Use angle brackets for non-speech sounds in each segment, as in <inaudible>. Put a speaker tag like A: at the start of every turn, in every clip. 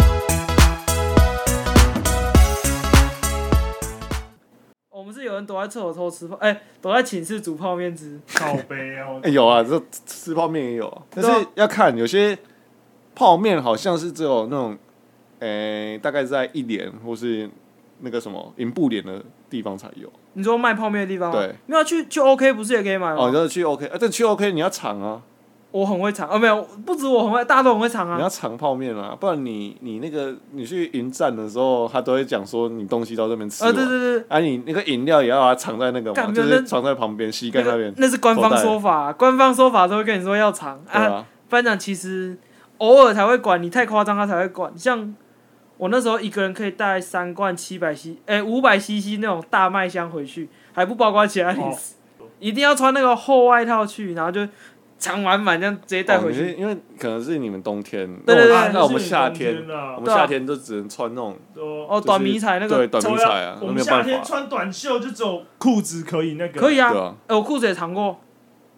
A: 哦人躲在厕所偷吃泡，哎、躲在寝室煮泡面
B: <laughs>
C: 哎
A: 吃。
B: 靠背哦
C: 欸，有啊，这吃泡面也有啊，但
A: 对
C: 是
A: 啊
C: 要看有些泡面好像是只有那种，诶、大概在一连或是那个什么银布帘的地方才有。
A: 你说卖泡面的地方吗？啊
C: 对，
A: 没有去去 OK 不是也可以买吗？
C: 哦，你要去 OK，啊，但去 OK 你要尝啊，
A: 我很会尝，哦，没有，不止我很会，大家都很会尝
C: 你
A: 啊。
C: 要尝泡面啊，不然你你那个你去云站的时候，他都会讲说你东西到这边吃
A: 呃，
C: 完，
A: 对对对，
C: 啊，你那个饮料也要把它藏在那个嘛，
A: 干
C: 就
A: 没有
C: 是
A: 那
C: 藏在旁边膝盖
A: 那
C: 那
A: 个
C: 边，
A: 那是官
C: 口
A: 方
C: 袋
A: 说法，啊官方说法都会跟你说要尝
C: 对啊，
A: 班长其实偶尔才会管你，太夸张他才会管。像我那时候一个人可以带三罐七百 C，哎五百 CC 那种大麦香回去，还不包括其他
C: 哦
A: 零食，一定要穿那个厚外套去，然后就长满满这样直接带
C: 哦
A: 回
C: 你
A: 去。
C: 是因为可能是你们冬天，
A: 对对对
C: 那我们那我们
B: 就是
C: 夏
B: 冬
C: 天
B: 天，啊
C: 我们
A: 对啊
C: 夏天就只能穿那种
B: 哦，
A: 哦，短迷彩那个
C: 对短迷彩啊，
B: 我们
C: 那没有
B: 夏
C: 办
B: 天
C: 法，
B: 穿短袖就只有裤子可以那个，
A: 可以啊
C: 对，啊，
A: 哎我裤子也尝过，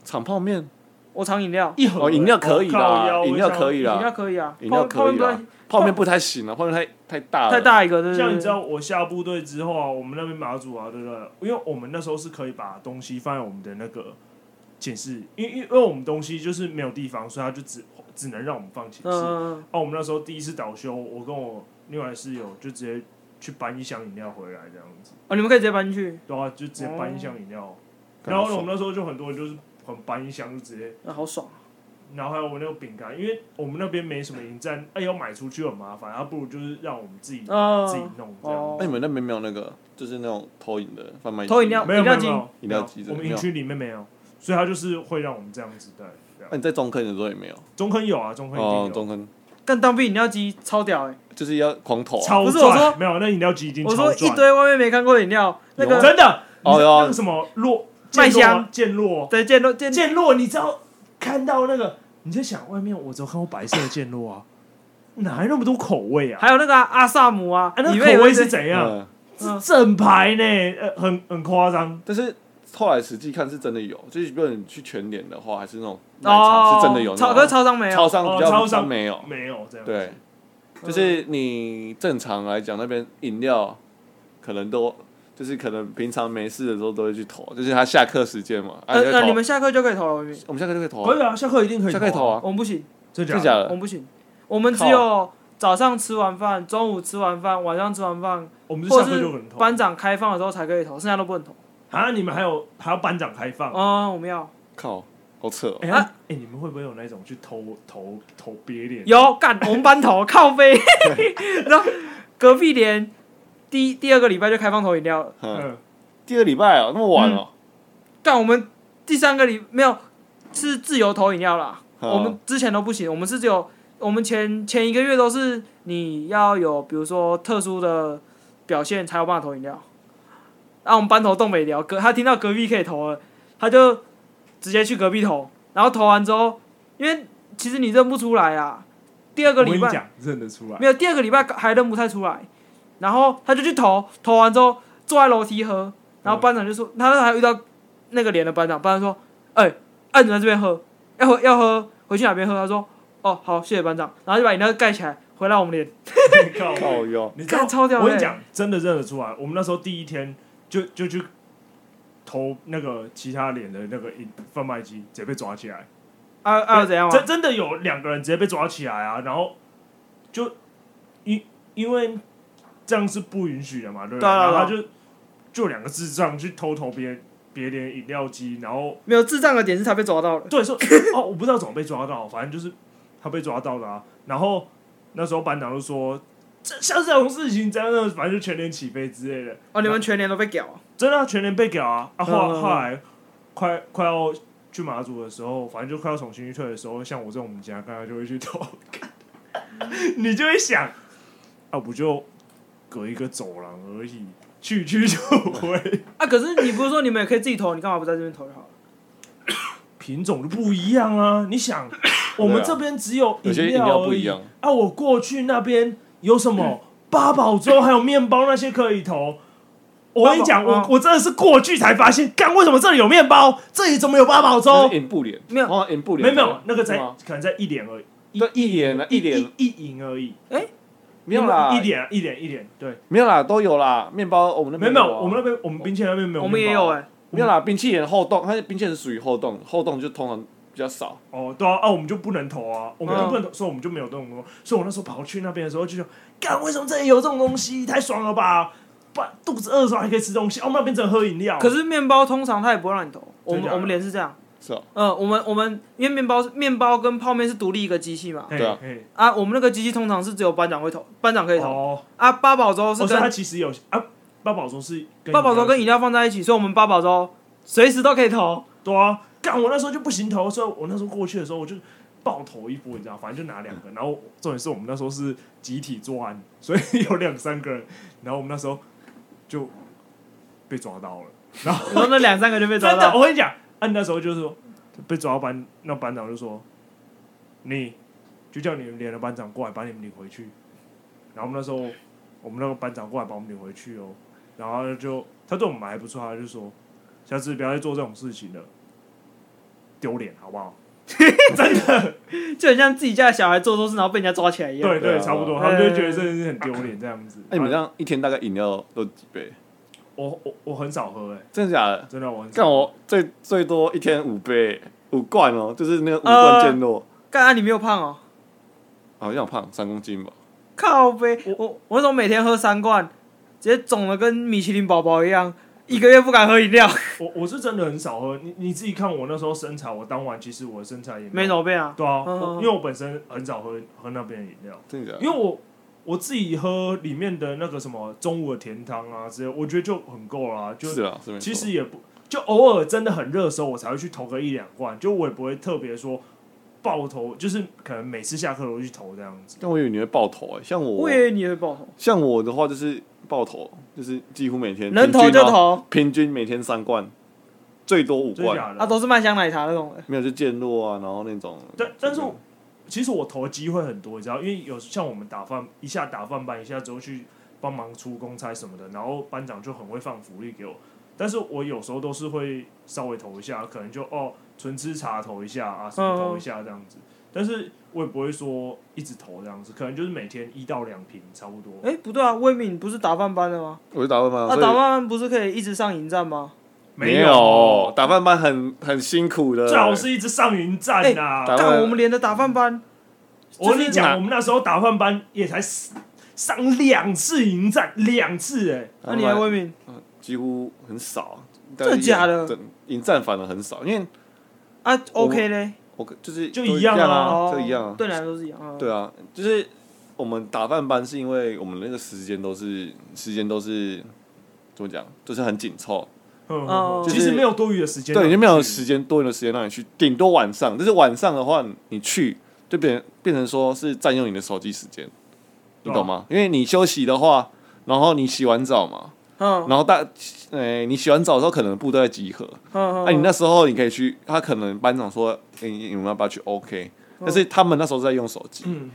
C: 抢泡面
A: 我尝饮料，
B: 一盒
C: 哦，饮料可以啦，饮料可
B: 以。
C: 以
A: 饮
C: 啦
A: 料，可以啊，
C: 饮
A: 泡
C: 料可
A: 泡
C: 以
A: 面不
C: 啦
A: 然，
C: 泡面不太行啊，泡面太太大了，
A: 太大一个，对对
B: 像
A: 对
B: 你知道我下部队之后啊，我们那边马祖啊，对不对？因为我们那时候是可以把东西放在我们的那个寝室，因因因为我们东西就是没有地方，所以他就只只能让我们放寝
A: 嗯
B: 室。
A: 嗯，
B: 哦，我们那时候第一次倒休，我跟我另外的室友就直接去搬一箱饮料回来，这样子，
A: 嗯哦，你们可以直接搬进去，
B: 对啊，就直接搬一箱饮料。
C: 干
B: 然
C: 嘛
B: 后呢，我
C: 爽，
B: 们那时候就很多人就是很搬一箱就直接，
A: 那啊好爽。
B: 然后还有我们那个饼干，因为我们那边没什么营站，哎，要买出去很麻烦，他啊不如就是让我们自己、
A: 啊
B: 自己弄这样。
A: 哦
C: 哎那你们那边没有那个，就是那种投影的贩卖机
A: 投饮料
B: 没有没有没有
C: 饮料机
A: 哦
B: 我们营区里面没有，所以他就是会让我们这样子对。这样
C: 哎
A: 嗯
C: 那你在中坑的时候也没有
B: 中坑有啊，中坑一
C: 哦，
B: 定有。
C: 中坑
A: 干当兵饮料机超屌哎、
C: 就是要狂投啊，
B: 超
A: 不是我说
B: 赚，没有，那饮料机已经
A: 我
B: 超
A: 说一
B: 赚。啊
A: 堆外面没看过的饮料，那
C: 有
A: 个
B: 真的，
C: 哦
B: 你知
C: 有
B: 那个什么洛
A: 麦香
B: 剑洛
A: 对见都见
B: 剑洛，你知道看到那个你在想外面我只有看过白色的剑洛啊，哪来那么多口味啊？
A: 还有那个啊、阿萨姆啊，
B: 啊，那
A: 里
B: 个
A: 面有
B: 口
A: 一
B: 味
A: 堆
B: 是怎样？
C: 嗯，
A: 嗯
B: 是正牌呢，呃，很很夸张。
C: 但是后来实际看是真的有，就是如果你去全联的话，还是那种卖
A: 哦
C: 场，是真的有
A: 超
C: 那
A: 可是
C: 种，
A: 超商没有，
C: 超商比较
B: 哦超商
C: 没有，
B: 没有这样，
C: 对，就是你正常来讲，那边饮料可能都就是可能平常没事的时候都会去投，就是他下课时间嘛，啊，
A: 呃
C: 就
A: 呃，
C: 投
A: 你们下课就可以投了，我们
C: 我们下课就可以投
B: 可
C: 啊，
B: 以啊，下课一定可以，
C: 下课可以投，啊，呃
A: 我们不行，
B: 真假
C: 真的假
B: 的？
A: 我
C: 的？
A: 们不行，我们只有早上吃完饭，中午吃完饭，晚上吃完饭，
B: 我们是
A: 或
B: 下
A: 者
B: 课
A: 是
B: 就很投。
A: 班长开放的时候才可以投，剩下都不能投。
B: 啊，你们还有还要班长开放？
A: 嗯，我们要
C: 靠，好扯哦，
B: 哎、
A: 啊
B: 哎、你们会不会有那种去偷偷偷别脸？
A: 有干，我们班投靠
B: <laughs>
A: 背，然后隔壁连第第二个礼拜就开放投饮料了。
C: 嗯，
B: 嗯，
C: 第二礼拜哦，那么晚哦，
A: 但我们第三个礼没有是自由投饮料啦，
C: 嗯
A: 我们之前都不行，我们是只有我们前前一个月都是你要有比如说特殊的表现才有办法投饮料。然、啊、后我们班投东北聊，隔他听到隔壁可以投了，他就直接去隔壁投，然后投完之后，因为其实你认不出来啊，第二
B: 我
A: 个
B: 跟
A: 礼
B: 你
A: 拜
B: 讲，认得出来
A: 没。有，第二个礼拜还认不太出来，然后他就去投，投完之后坐在楼梯喝，然后班长就说，他那还遇到那个连的班长，班长说，哎、哎、你们在这边喝，要喝要喝，回去哪边喝？他说，哦，好，谢谢班长，然后就把饮料盖起来，回到我们连，
B: 靠
C: 靠哟，
B: 你知道
A: 干超屌的
B: 我跟你讲，真的认得出来。我们那时候第一天就就去偷那个其他脸的那个饮贩卖机，直接被抓起来。
A: 啊啊怎样嘛
B: 真？真的有两个人直接被抓起来啊，然后就因因为这样是不允许的嘛，对不
A: 对啊
B: 然
A: 对
B: 后
A: 啊
B: 他就就两个智障去偷投别人别人饮料机，然后
A: 没有智障的点是他被抓到了，
B: 对，
A: <laughs>
B: 说哦，我不知道怎么被抓到，反正就是他被抓到的啊。然后那时候班长就说，这像这种事情，这样的，反正就全连起飞之类的。
A: 哦，你们全连都被屌，
B: 真的、啊、全连被屌啊！啊，后
A: 嗯嗯嗯
B: 后来快快要去马祖的时候，反正就快要从新区退的时候，像我这种我们家，刚刚就会去偷，
A: <laughs>
B: 你就会想，啊，不就隔一个走廊而已，去去就回，
A: 啊，可是你不是说你们也可以自己投，你干嘛不在这边投就好了？
B: 品种就不一样啊！你
C: <coughs>
B: 想，我们这边只有
C: 有
B: 饮
C: 些饮料
B: 而
C: 不一
B: 已。
C: 样，
B: 啊，我过去那边有什
C: <coughs>
B: 么八宝粥，还有面包那些可以投。我跟你讲，
A: 八宝
B: 我我真的是过去才发现，干为什么这里有面包，这里怎么有八宝
C: 就
B: 粥
C: 是？饮不脸，
A: 没有
C: 好像饮不
B: 没有
C: 脸，哦
B: 没有，那个
C: 是
B: 在
C: 吗
B: 可能在一点而已，
C: 对一脸啊一
B: 一
C: 脸
B: 一一营而已。
A: 哎
C: 没有啦，
B: 一点啊一点一点，对，
C: 没有啦，都有啦，面包我们那
B: 没有
C: 边
B: 没有，
C: 啊
B: 我们那边我们冰淇淋那边没有面包啊，
A: 我们也有哎、
C: 没有啦，冰淇淋的后洞，它冰淇淋是属于后洞，后洞就通常比较少。
B: 哦，对啊，啊，我们就不能投啊，我们就
A: 嗯
B: 不能投，所以我们就没有这种东西。所以我那时候跑去那边的时候，就想，干，为什么这里有这种东西？太爽了吧！不，肚子饿的时候还可以吃东西，哦，我们那边只能喝饮料。
A: 可是面包通常他也不会让你投，我
B: 真
A: 们
B: 假的
A: 我们连是这样，
C: 是哦，
A: 嗯，我们我们因为面包是面包跟泡面是独立一个机器嘛，
B: 嘿，
C: 对啊
B: 嘿，
A: 啊，我们那个机器通常是只有班长会投，班长可以投、
B: 哦，
A: 啊，八宝粥是
B: 哦，所以它
A: 跟
B: 其实有啊，八宝粥是跟
A: 八宝粥跟
B: 饮
A: 饮料放在一起，所以我们八宝粥随时都可以投，
B: 料对啊，干，我那时候就不行投，所以我那时候过去的时候我就。爆投一波，你知道，反正就拿两个。然后重点是我们那时候是集体作案，所以有两三个人。然后我们那时候就被抓到了。
A: 然后那两三个就被抓
B: <laughs> 真的，哦
A: 到，
B: 我跟你讲，按那时候就是说被抓到班，那班长就说你就叫你们连的班长过来把你们领回去。然后我们那时候我们那个班长过来把我们领回去哦，然后他就他对我们还不错，他就说下次不要再做这种事情了，丢脸好不好？
A: 就很像自己家的小孩做错事然后被人家抓起来一样。
B: 对
C: 对
B: 对，
C: 啊
B: 差不多，
A: 嗯
B: 他们就觉得这件事很丢脸这样子。啊
C: 哎、你们这样一天大概饮料都几杯？
B: 我我我很少喝哎、
C: 真的假的？
B: 真的我很少
C: 干我最最多一天五杯，五罐哦，就是那个五
B: 呃
C: 罐健诺，
A: 干啊，你没有胖哦？
C: 好像有胖三公斤吧。
A: 靠呗，我我怎么每天喝三罐，直接肿的跟米其林宝宝一样，一个月不敢喝饮料，
B: 我我是真的很少喝。你你自己看我那时候身材，我当晚其实我的身材也
A: 没
B: 有
A: 怎么变啊。
B: 对啊，
A: 嗯
B: 我因为我本身很少喝喝那边的饮料，
C: 真的假
B: 因
C: 的？
B: 为我我自己喝里面的那个什么中午的甜汤啊之类，我觉得就很够啦、就是
C: 啊，是没错
B: 其实也不就偶尔真的很热的时候，我才会去投个一两罐，就我也不会特别说爆投，就是可能每次下课都去投这样子。
C: 但我以为你会爆头哎、像我
A: 我以为你会爆头，
C: 像我的话就是爆头，就是几乎每天
A: 能投
C: 平均
A: 就
C: 哦，
A: 投，
C: 平均每天三罐，最多五
B: 真的
C: 罐，
B: 假的？
A: 啊，都是麦香奶茶那种的。
C: 没有就健诺啊，然后那种。
B: 但但是我其实我投的机会很多，你知道，因为有像我们打饭一下打饭班，一下之后去帮忙出公差什么的，然后班长就很会放福利给我。但是我有时候都是会稍微投一下，可能就哦纯吃茶投一下啊，什么投一下这样子。但是我也不会说一直投这样子，可能就是每天一到两瓶差不多。
A: 哎、不对啊，威敏不是打饭班的吗？
C: 我就打扮班，
A: 啊，
C: 所以
A: 打饭班不是可以一直上营站吗？
C: 没
B: 有，
C: 打扮班很很辛苦的，
B: 最好是一直上云站呐、
C: 打饭
A: 干，我们连的打饭班，
B: 我跟
A: 就
B: 你
A: 是
B: 讲，
C: 哪
B: 我们那时候打饭班也才上两次营站，两次哎、
A: 那、
C: 打扮
A: 你还威敏？
C: 几乎很少，
A: 真的假的？
C: 迎战反而很少，因为
A: 啊
C: 我
A: ，OK 嘞，
C: 我就是
B: 就
C: 都
B: 一
C: 一
B: 样啊
C: 啊，
A: 哦，
C: 这一样啊，
A: 对你来说是一样。嗯，
C: 对啊，就是我们打饭班是因为我们那个时间都是时间都是怎么讲，就是很紧凑，
B: 嗯
A: 哦
B: 其
C: 就
B: 实
C: 是
B: 没有多余的时间，
C: 对，你就没有时间多余的时间让你去，顶多晚上，就是晚上的话你去就变变成说是占用你的手机时间，你
B: 对啊
C: 懂吗？因为你休息的话，然后你洗完澡嘛，
A: 嗯，
C: 然后大，呃，你洗完澡之后可能部队在集合，
A: 嗯，
C: 哎、你
A: 那
C: 那时候你可以去，他可能班长说，哎、你你们要不要去 OK？但是他们那时候在用手机，
B: 嗯，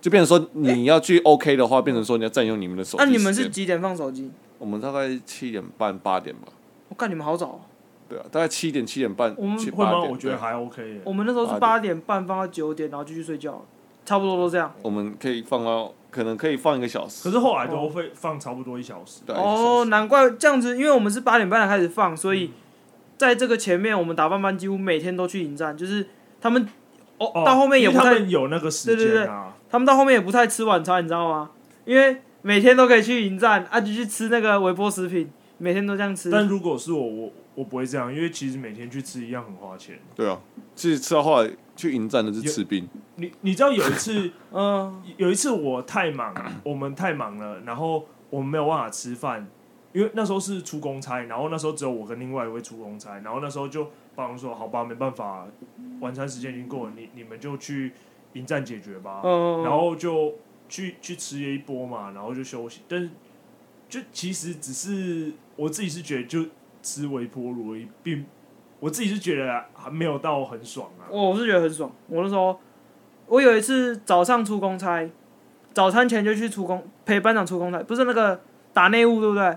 C: 就变成说你要去 OK 的话，变成说你要占用你们的手机
A: 嗯那
C: 时间。
A: 你们是几点放手机？
C: 我们大概七点半八点吧，
A: 我看你们好早哦、
C: 对啊，大概七点七点半
A: 我们
C: 去
B: 会
C: 八
B: 吗？
C: 点。
B: 我觉得
C: 对啊
B: 还 OK 耶、
A: 我们那时候是八
C: 八
A: 点半放到九点，然后就去睡觉了，差不多都这样。
C: 我们可以放到，可能可以放一个小时。
B: 可是后来都会放差不多一小时。
C: 对啊
A: 哦，，难怪这样子，因为我们是八点半才开始放，所以
B: 嗯
A: 在这个前面，我们打饭班几乎每天都去迎战，就是他们哦
B: 哦
A: 到后面也
B: 因为
A: 不
B: 他
A: 太，
B: 们有那个时
A: 对对
B: 间
A: 对
B: 啊，
A: 他们到后面也不太吃晚餐，你知道吗？因为每天都可以去迎战，啊，就去吃那个微波食品，每天都这样吃。
B: 但如果是我，我我不会这样，因为其实每天去吃一样很花钱。
C: 对啊，其实吃到后来去迎战的是吃冰，
B: 你你知道有一次，
A: <laughs> 嗯，
B: 有一次我太
A: <coughs>
B: 忙，我们太忙了，然后我们没有办法吃饭，因为那时候是出公差，然后那时候只有我跟另外一位出公差，然后那时候就帮忙说，好吧，没办法，晚餐时间已经过了，你你们就去迎战解决吧。
A: 嗯，
B: 然后就去去吃了一波嘛，然后就休息。但是就其实只是我自己是觉得就吃微波炉而已，并我自己是觉得还没有到很爽
A: 哦
B: 啊。
A: 我我是觉得很爽。我那时候，我有一次早上出公差，早餐前就去出公陪班长出公差，不是那个打内务对不对？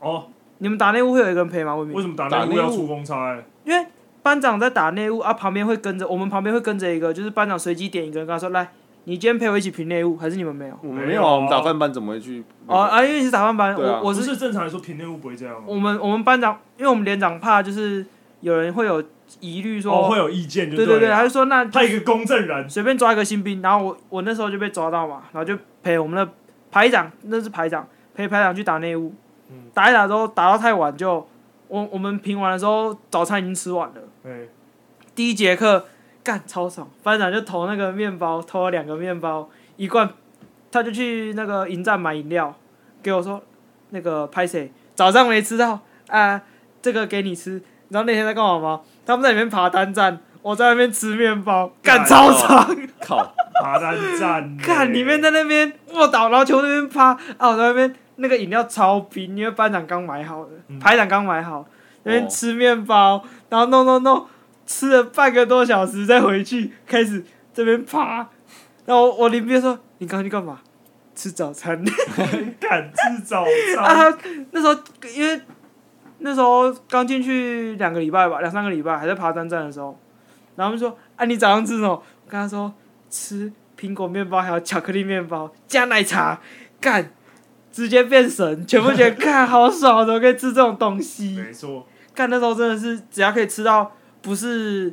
B: 哦，
A: 你们打内务会有一个人陪吗？魏明
B: 为什么打
C: 打
B: 内务
C: 内
B: 要
C: 务
B: 出公差？欸
A: 因为班长在打内务啊，旁边会跟着我们旁边会跟着一个，就是班长随机点一个人，跟他说来你今天陪我一起评内务，还是你们没有？
C: 我
B: 没
C: 们没有
B: 有
C: 啊，
B: 啊
C: 我们打饭班怎么会去？
B: 嗯
A: 哦啊，因为你是打饭班，
C: 对啊
A: 我我
B: 不
A: 是
B: 是正常来说评论不会这样啊吗？
A: 我们我们班长，因为我们连长怕就是有人会有疑虑说，
B: 哦，会有意见就
A: 对
B: 对
A: 对，
B: 了
A: 他就说那
B: 他一个公证人，
A: 随便抓一个新兵，然后我我那时候就被抓到嘛，然后就陪我们的排长，那是排长陪排长去打内务，
B: 嗯
A: 打一打之后打到太晚就，我我们评完的时候早餐已经吃完了，
B: 哎，
A: 第一节课干超爽，班长就投那个面包，投了两个面包一罐，他就去那个营站买饮料，给我说那个拍谁早上没吃到啊、这个给你吃，你知道那天在干嘛吗？他们在里面爬单站，我在那边吃面包，干
B: 干
A: 超爽。
C: 靠，
B: 爬单 <laughs> 站，欸
A: 看里面在那边卧倒，然后球那边趴，啊，我在那边那个饮料超冰，因为班长刚买好的，
B: 嗯
A: 排长刚买好，那边
C: 哦
A: 吃面包，然后弄弄弄，吃了半个多小时再回去，开始这边趴，然后我我邻边说你刚刚去干嘛？吃早餐
B: 敢吃早餐，
C: <laughs>
A: 啊！那时候因为那时候刚进去两个礼拜吧，两三个礼拜还在爬山站的时候，然后他们说：“啊，你早上吃什么？”我跟他说：“吃苹果面包，还有巧克力面包加奶茶。”干，直接变神，全部觉得看好爽，怎么可以吃这种东西？
B: 没错，
A: 干那时候真的是只要可以吃到不是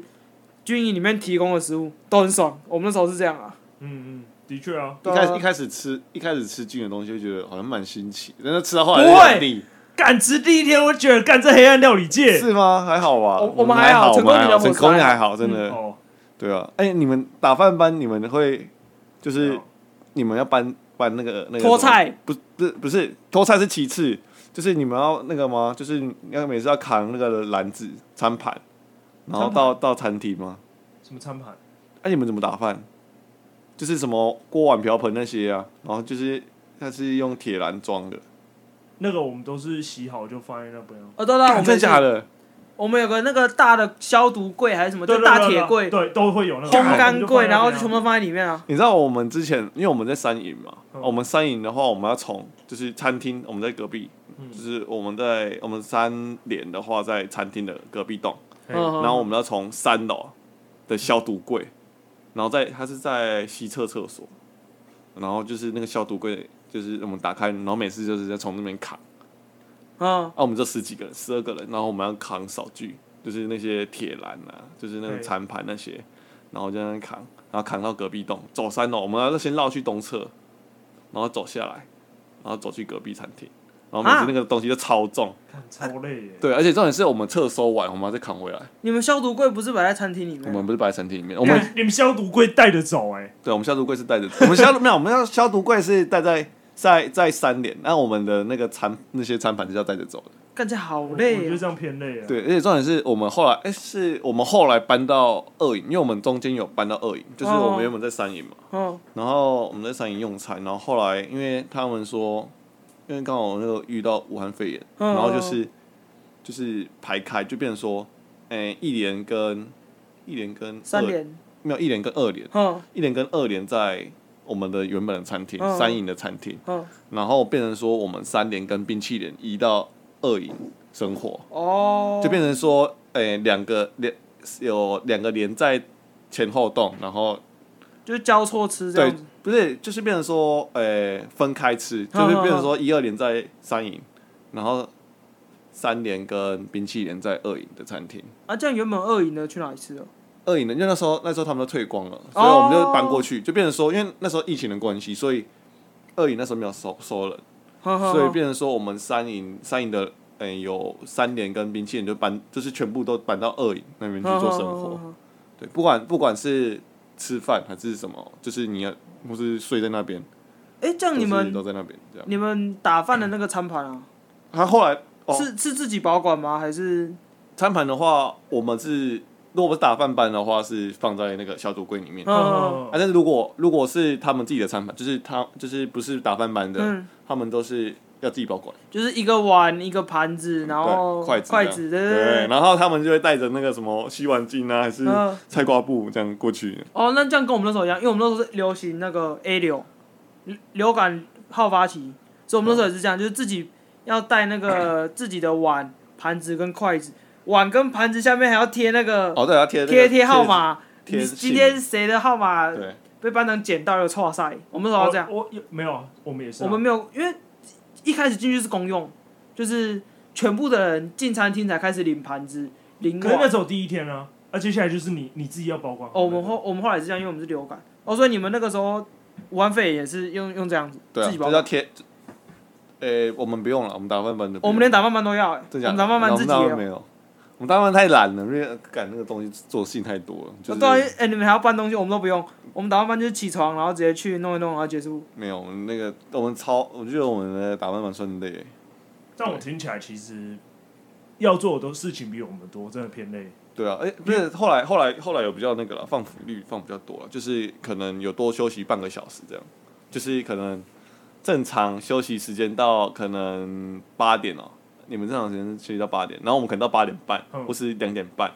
A: 军营里面提供的食物都很爽。我们那时候是这样啊，
B: 嗯嗯，的确啊，
C: 一
A: 对
C: 开始
A: 啊
C: 一开始吃一开始吃进的东西，就觉得好像蛮新奇，但是吃到后来
A: 不会
C: 有点腻
B: 敢吃第一天，我觉得干这黑暗料理界，
C: <laughs> 是吗？还好吧，
A: 我
C: 我
A: 哦我们还好
C: 好，我们
A: 成功你的
C: 还好，
A: 火柴
C: 成功你还好，真
A: 嗯
C: 的，
B: 哦，
C: 对啊。哎，你们打饭班，你们会就是你们要搬搬那个那个
A: 拖
C: 什么
A: 菜
C: 不不是不是偷菜是其次，就是你们要那个吗？就是你要每次要扛那个篮子餐盘，然后
A: 餐盘
C: 到到餐厅吗？
B: 什么餐盘，
C: 哎、你们怎么打饭？就是什么锅碗瓢盆那些啊，然后就是它是用铁篮装的，
B: 那个我们都是洗好就放在那边啊，
A: 哦，对对，我
C: 干
A: 们
C: 真
A: 也是
C: 的假的？
A: 我们有个那个大的消毒柜还是什么，
B: 对
A: 就
B: 对
A: 大
B: 对
A: 铁
B: 对
A: 柜、
B: 对，都会有那个
A: 烘干柜，然后就
B: 就
A: 全部都放在里面啊。
C: 你知道我们之前，因为我们在三营嘛，
B: 嗯
C: 我们三营的话，我们要从就是餐厅，我们在隔壁，
B: 嗯
C: 就是我们在我们三连的话，在餐厅的隔壁栋，
B: 嗯
A: 嗯，
C: 然后我们要从三楼的消毒柜，然后在它是在西侧厕所，然后就是那个消毒柜，就是我们打开，然后每次就是在从那边扛，
A: 嗯，
C: 啊，我们这十几个人，十二个人，然后我们要扛扫具，就是那些铁栏啊，就是那个
B: 对
C: 餐盘那些，然后就在那边扛，然后扛到隔壁栋，走三楼，我们要先绕去东侧，然后走下来，然后走去隔壁餐厅，然后每
A: 啊
C: 次那个东西就超重，
B: 干超累耶，
C: 对，而且重点是我们撤收完，我们要再扛回来，
A: 你们消毒柜不是摆在餐厅里
C: 我
A: 面？
C: 们不是摆在餐厅里面，我
B: 我
C: 们
B: 们你们消毒柜带着走哎，
C: 对，我们消毒柜是带着，我们消毒没有，我们要消毒柜是带在在在三连，那我们的那个餐那些餐盘是要带着走的。
A: 干这好
B: 我我
A: 累
B: 觉得
A: 啊。
B: 这样偏累啊，
C: 对，而且重点是我们后来，哎、是我们后来搬到二营，因为我们中间有搬到二营，就是我
A: 哦
C: 们原本在三营嘛，
A: 嗯，
C: 然后我们在三营用餐，然后后来因为他们说，因为刚好那个遇到武汉肺炎，
A: 嗯
C: 然后就是就是排开，就变成说，哎、一连跟一连跟
A: 三
C: 二
A: 连，
C: 没有一连跟二连。
A: 嗯
C: 一连跟二连在我们的原本的餐厅，
A: 嗯
C: 三营的餐厅，
A: 嗯，
C: 然后变成说我们三连跟冰淇淋移到二营生活，
A: 哦，
C: 就变成说，诶、两个连有两个连在前后栋，然后
A: 就是交错吃这
C: 对
A: 样子。，
C: 不是就是变成说，诶、分开吃，
A: 嗯
C: 就是变成说一二连在三营，然后三连跟冰淇淋在二营的餐厅。
A: 啊，这样原本二营的哦去哪里吃了？
C: 二营的，因为那时候那时候他们都退光了，所以我们就搬过
A: 哦
C: 去，就变成说，因为那时候疫情的关系，所以二营那时候没有收收人，
A: 哼哼
C: 所以
A: 哼
C: 变成说我们三营三营的，嗯、有三连跟冰淇淋就搬，就是全部都搬到二营那边去做生
A: 哼哼
C: 活
A: 哼。哼
C: 对，不管不管是吃饭还是什么，就是你要或是睡在那边，
A: 哎，这样你
C: 就是
A: 们
C: 都在那边这样。
A: 你们打饭的那个餐盘啊，
C: 他后来哦，
A: 是是自己保管吗？还是
C: 餐盘的话，我们是如果不是打饭班的话，是放在那个消毒柜里
B: 哦
C: 面。
A: 嗯
C: 啊，但是如果如果是他们自己的餐盘，就是他就是不是打饭班的，
A: 嗯，
C: 他们都是要自己保管，
A: 就是一个碗一个盘子，然后
C: 对筷子
A: 哦筷
C: 这样
A: 子，对
C: 对
A: 对对对。
C: 然后他们就会带着那个什么洗碗巾啊，还是
A: 嗯
C: 菜瓜布这样过去。
A: 哦，那这样跟我们那时候一样，因为我们那时候是流行那个 A 流流流感好发期，所以我们那时候也是这样，就是自己要带那个 <clears throat> 自己的碗、盘子跟筷子，碗跟嗯哦盘子下面还要贴那个
C: 哦，对，要贴那个
A: 贴贴号，码，
C: 贴
A: 你
C: 信
A: 今天谁的号码
C: 对，
A: 被班长捡到又错赛，我们那时候这样，
B: 哦我我没有，我们也是啊、
A: 我们没有，因为一开始进去是公用，就是全部的人进餐厅才开始领盘子、领
B: 可是
A: 碗。
B: 那时候第一天啊，那接下来就是你你自己要保管好。
A: 哦，我们后我们后来是这样，因为我们是流感。哦，所以你们那个时候武汉肺炎也是用用这样子，
C: 对啊，
A: 自己保
C: 这
A: 管
C: 叫贴。呃，我们不用了，我们打饭班的不用。
A: 我们连打慢慢都要、欸，
C: 真
A: 我
C: 假
A: 们
C: 的？
A: 打慢慢自己哦
C: 我
A: 也有
C: 们大班。没有，我们大班太懒了，因为赶那个东西做事情太多了，就
A: 哦对啊，
C: 是
A: 哎、你们还要搬东西，我们都不用。我们打慢慢就是起床，然后直接去弄一弄，然后结束。
C: 没有我们那个我们超，我觉得我们的打扮蛮算累的。
B: 但我听起来其实要做的都事情比我们多，真的偏累。
C: 对啊，哎、不是后来后来后来有比较那个了，放福利放比较多了，就是可能有多休息半个小时这样，就是可能正常休息时间到可能八点哦、你们正常时间休息到八点，然后我们可能到八点半、
B: 嗯
C: 或是两点半，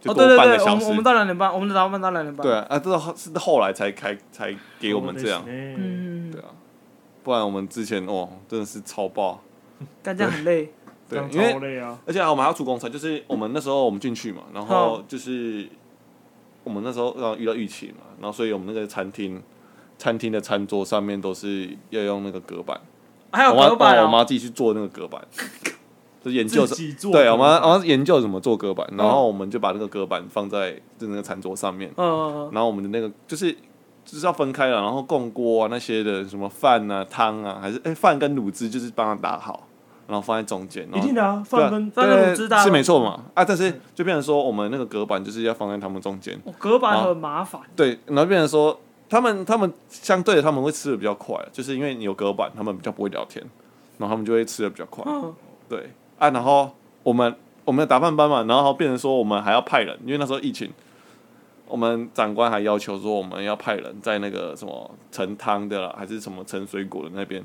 C: 就
A: 哦，
C: 多
A: 对对
C: 半个
A: 对，我
C: 小
A: 们
C: 时。
A: 我们到两点半，我们的打慢到两点半。
C: 对啊，啊，这是后是后来才开才给我们这样，
B: 嗯，
A: 嗯，
C: 对啊，不然我们之前哦真的是超爆，
A: 干这样很累。
B: 这
C: 对
B: 样，
C: 因为
B: 超累啊。
C: 而且我们还要出公差，就是我们那时候我们进去嘛，然后就是我们那时候刚好遇到疫情嘛，然后所以我们那个餐厅餐厅的餐桌上面都是要用那个隔板，
A: 还有
C: 我妈
A: 隔板
C: 哦我
A: 啊、
C: 妈自己去做那个隔板，就研究
B: <laughs> 自
C: 什
B: 己做的哦
C: 对，啊我妈我妈研究怎么做隔板，然后我们就把那个隔板放在就那个餐桌上面，
A: 嗯嗯嗯，
C: 然后我们的那个就是就是要分开了，然后供锅啊那些的什么饭啊汤啊，还是哎饭、跟卤汁就是帮它打好，然后放在中间，
B: 一
C: 然后
B: 定的啊，饭跟
A: 但是卤汁大
C: 是没错
B: 嗯
C: 嘛啊，但是就变成说我们那个隔板就是要放在他们中间，
A: 哦隔板很麻烦。
C: 对，然后变成说他们他们相对的他们会吃的比较快，就是因为你有隔板，他们比较不会聊天，然后他们就会吃的比较快，
A: 嗯，
C: 对啊，然后我们我们的打饭班嘛，然后变成说我们还要派人，因为那时候疫情，我们长官还要求说我们要派人在那个什么盛汤的啦，还是什么盛水果的那边，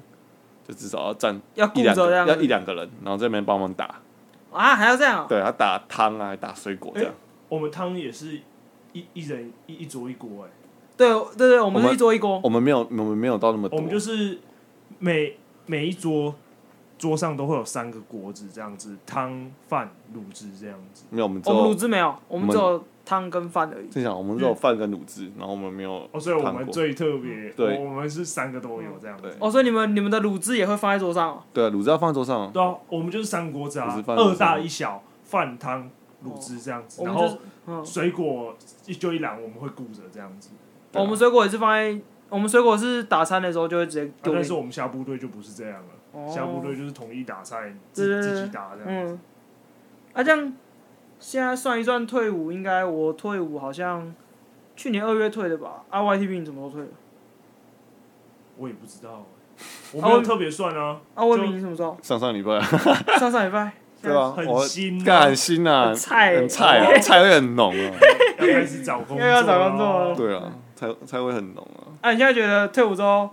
C: 就至少要站
A: 要
C: 一
A: 顾
C: 两
A: 着
C: 个
A: 这
C: 要一
A: 样
C: 两个人，然后在那边帮忙打。
A: 啊，还要这样、啊。
C: 对他打汤啊，还打水果这样。
B: 我们汤也是一一人一一桌一锅哎、
A: 对对对，我们
C: 我
A: 是
C: 们
A: 一桌一锅。
C: 我们没有，我们没有到那么多。
B: 我们就是每每一桌桌上都会有三个锅子这样子，汤饭卤汁这样子。
C: 没有，我们只
A: 我们卤
C: 有
A: 汁没有，我们
C: 我们
A: 只有汤跟饭而已。
C: 正想，我们只有饭跟卤汁，然后我们没有
B: 哦，所以我
C: 汤
B: 们
C: 锅
B: 最特别，
C: 对
B: 我我们是三个都有这样子
C: 对。
A: 哦，所以你们你们的卤汁也会放在桌上、哦。
C: 对啊，卤汁要放桌上。
B: 对啊，我们就是三锅子
C: 不
B: 啊
C: 是，饭
B: 二大一小，饭汤卤汁这样子，
A: 我
B: 然
A: 们就是
B: 后
A: 嗯，
B: 水果一就一篮，我们会顾着这样子。
C: 对啊
A: 我们水果也是放在，我们水果是打餐的时候就会直接
B: 啊
A: 丢
B: 但
A: 进
B: 是
A: 去。
B: 我们下部队就不是这样了，下部
A: 哦，
B: 队就是统一打菜，
A: 对对
B: 自
A: 对
B: 自己打这样。
A: 嗯，啊，这样现在算一算退伍，应该我退伍好像去年二月退的吧？啊，YTB 你什么时候退的？
B: 我也不知道
A: <laughs>
B: 欸，我没有特别算啊，
A: 啊，魏明你什么时候？ <coughs>
C: 上上礼拜，
A: 上上礼拜。
C: 对吧？
B: 很
C: 我
B: 新啊
C: 干很新啊
A: 很，菜
C: 很菜啊，菜会很浓啊。
B: 要开始找工作，
A: 又要找工作了
C: 对啊，菜菜会很浓啊。
A: 啊，你现在觉得退伍之后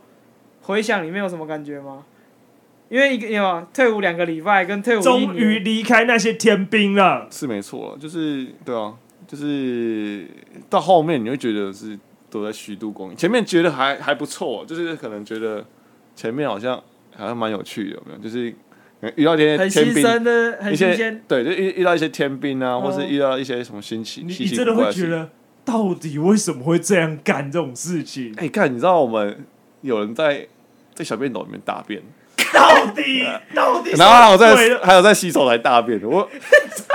A: 回想里面有什么感觉吗？因为一个有啊退伍两个礼拜跟退伍一
B: 终
A: 年
B: 于离开那些天兵了。
C: 是没错啊，就是对啊，就是到后面你会觉得是都在虚度光阴，前面觉得还还不错，就是可能觉得前面好像好像蛮有趣的，有没有？就是遇到一些
A: 很
C: 天
A: 新
C: 兵，
A: 生的，很
C: 一
A: 新
C: 些
A: 鲜。
C: 对，就遇遇到一些天兵啊，
A: 嗯
C: 或是遇到一些什么新奇，
B: 你
C: 稀
B: 你
C: 奇
B: 真的
C: 古怪
B: 会
C: 事
B: 觉得，到底为什么会这样干这种事
C: <laughs>
B: 情？
C: 哎，看、你知道我们有人在在小便斗里面大便，
B: 到底到底是
C: 然后还有
B: 对
C: 在
B: 了
C: 还有在洗手台大便，我，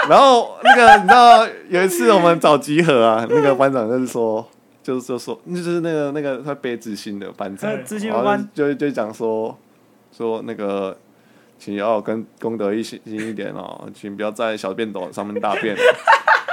C: 然后那个你知道有一次我们找集合啊，那个班长就是说，就是就说就是那个那个他背执行的班长
A: 呃，
B: 对
A: 执行
C: 然
A: 班
C: 后就就讲说说那个。请要跟功德一心一点哦，请不要在小便斗上面大便。哦 <laughs>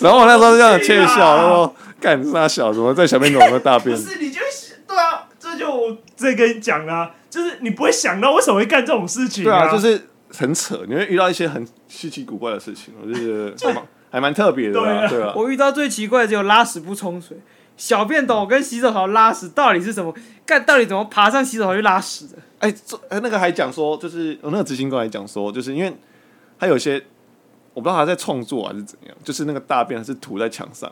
C: 然后我那时候就很窃笑，他说：“干你傻小，怎么在小便斗上面大便
B: 不是你就是对啊，这就我这跟你讲啦、就是你不会想到为什么会干这种事？”情
C: 对啊，
B: 啊，
C: 就是很扯，你会遇到一些很稀奇古怪的事情，我就觉 <laughs> 得还蛮还蛮特别的啦，对
B: 对
C: 啊。
A: 我遇到最奇怪的只有拉屎不冲水，小便斗跟洗手槽拉屎到底是什么？干到底怎么爬上洗手槽去拉屎的？
C: 哎、这哎那个还讲说，就是哦我那个执行官还讲说，就是因为他有些我不知道他在创作还是怎样，就是那个大便是涂在 <laughs> 墙上，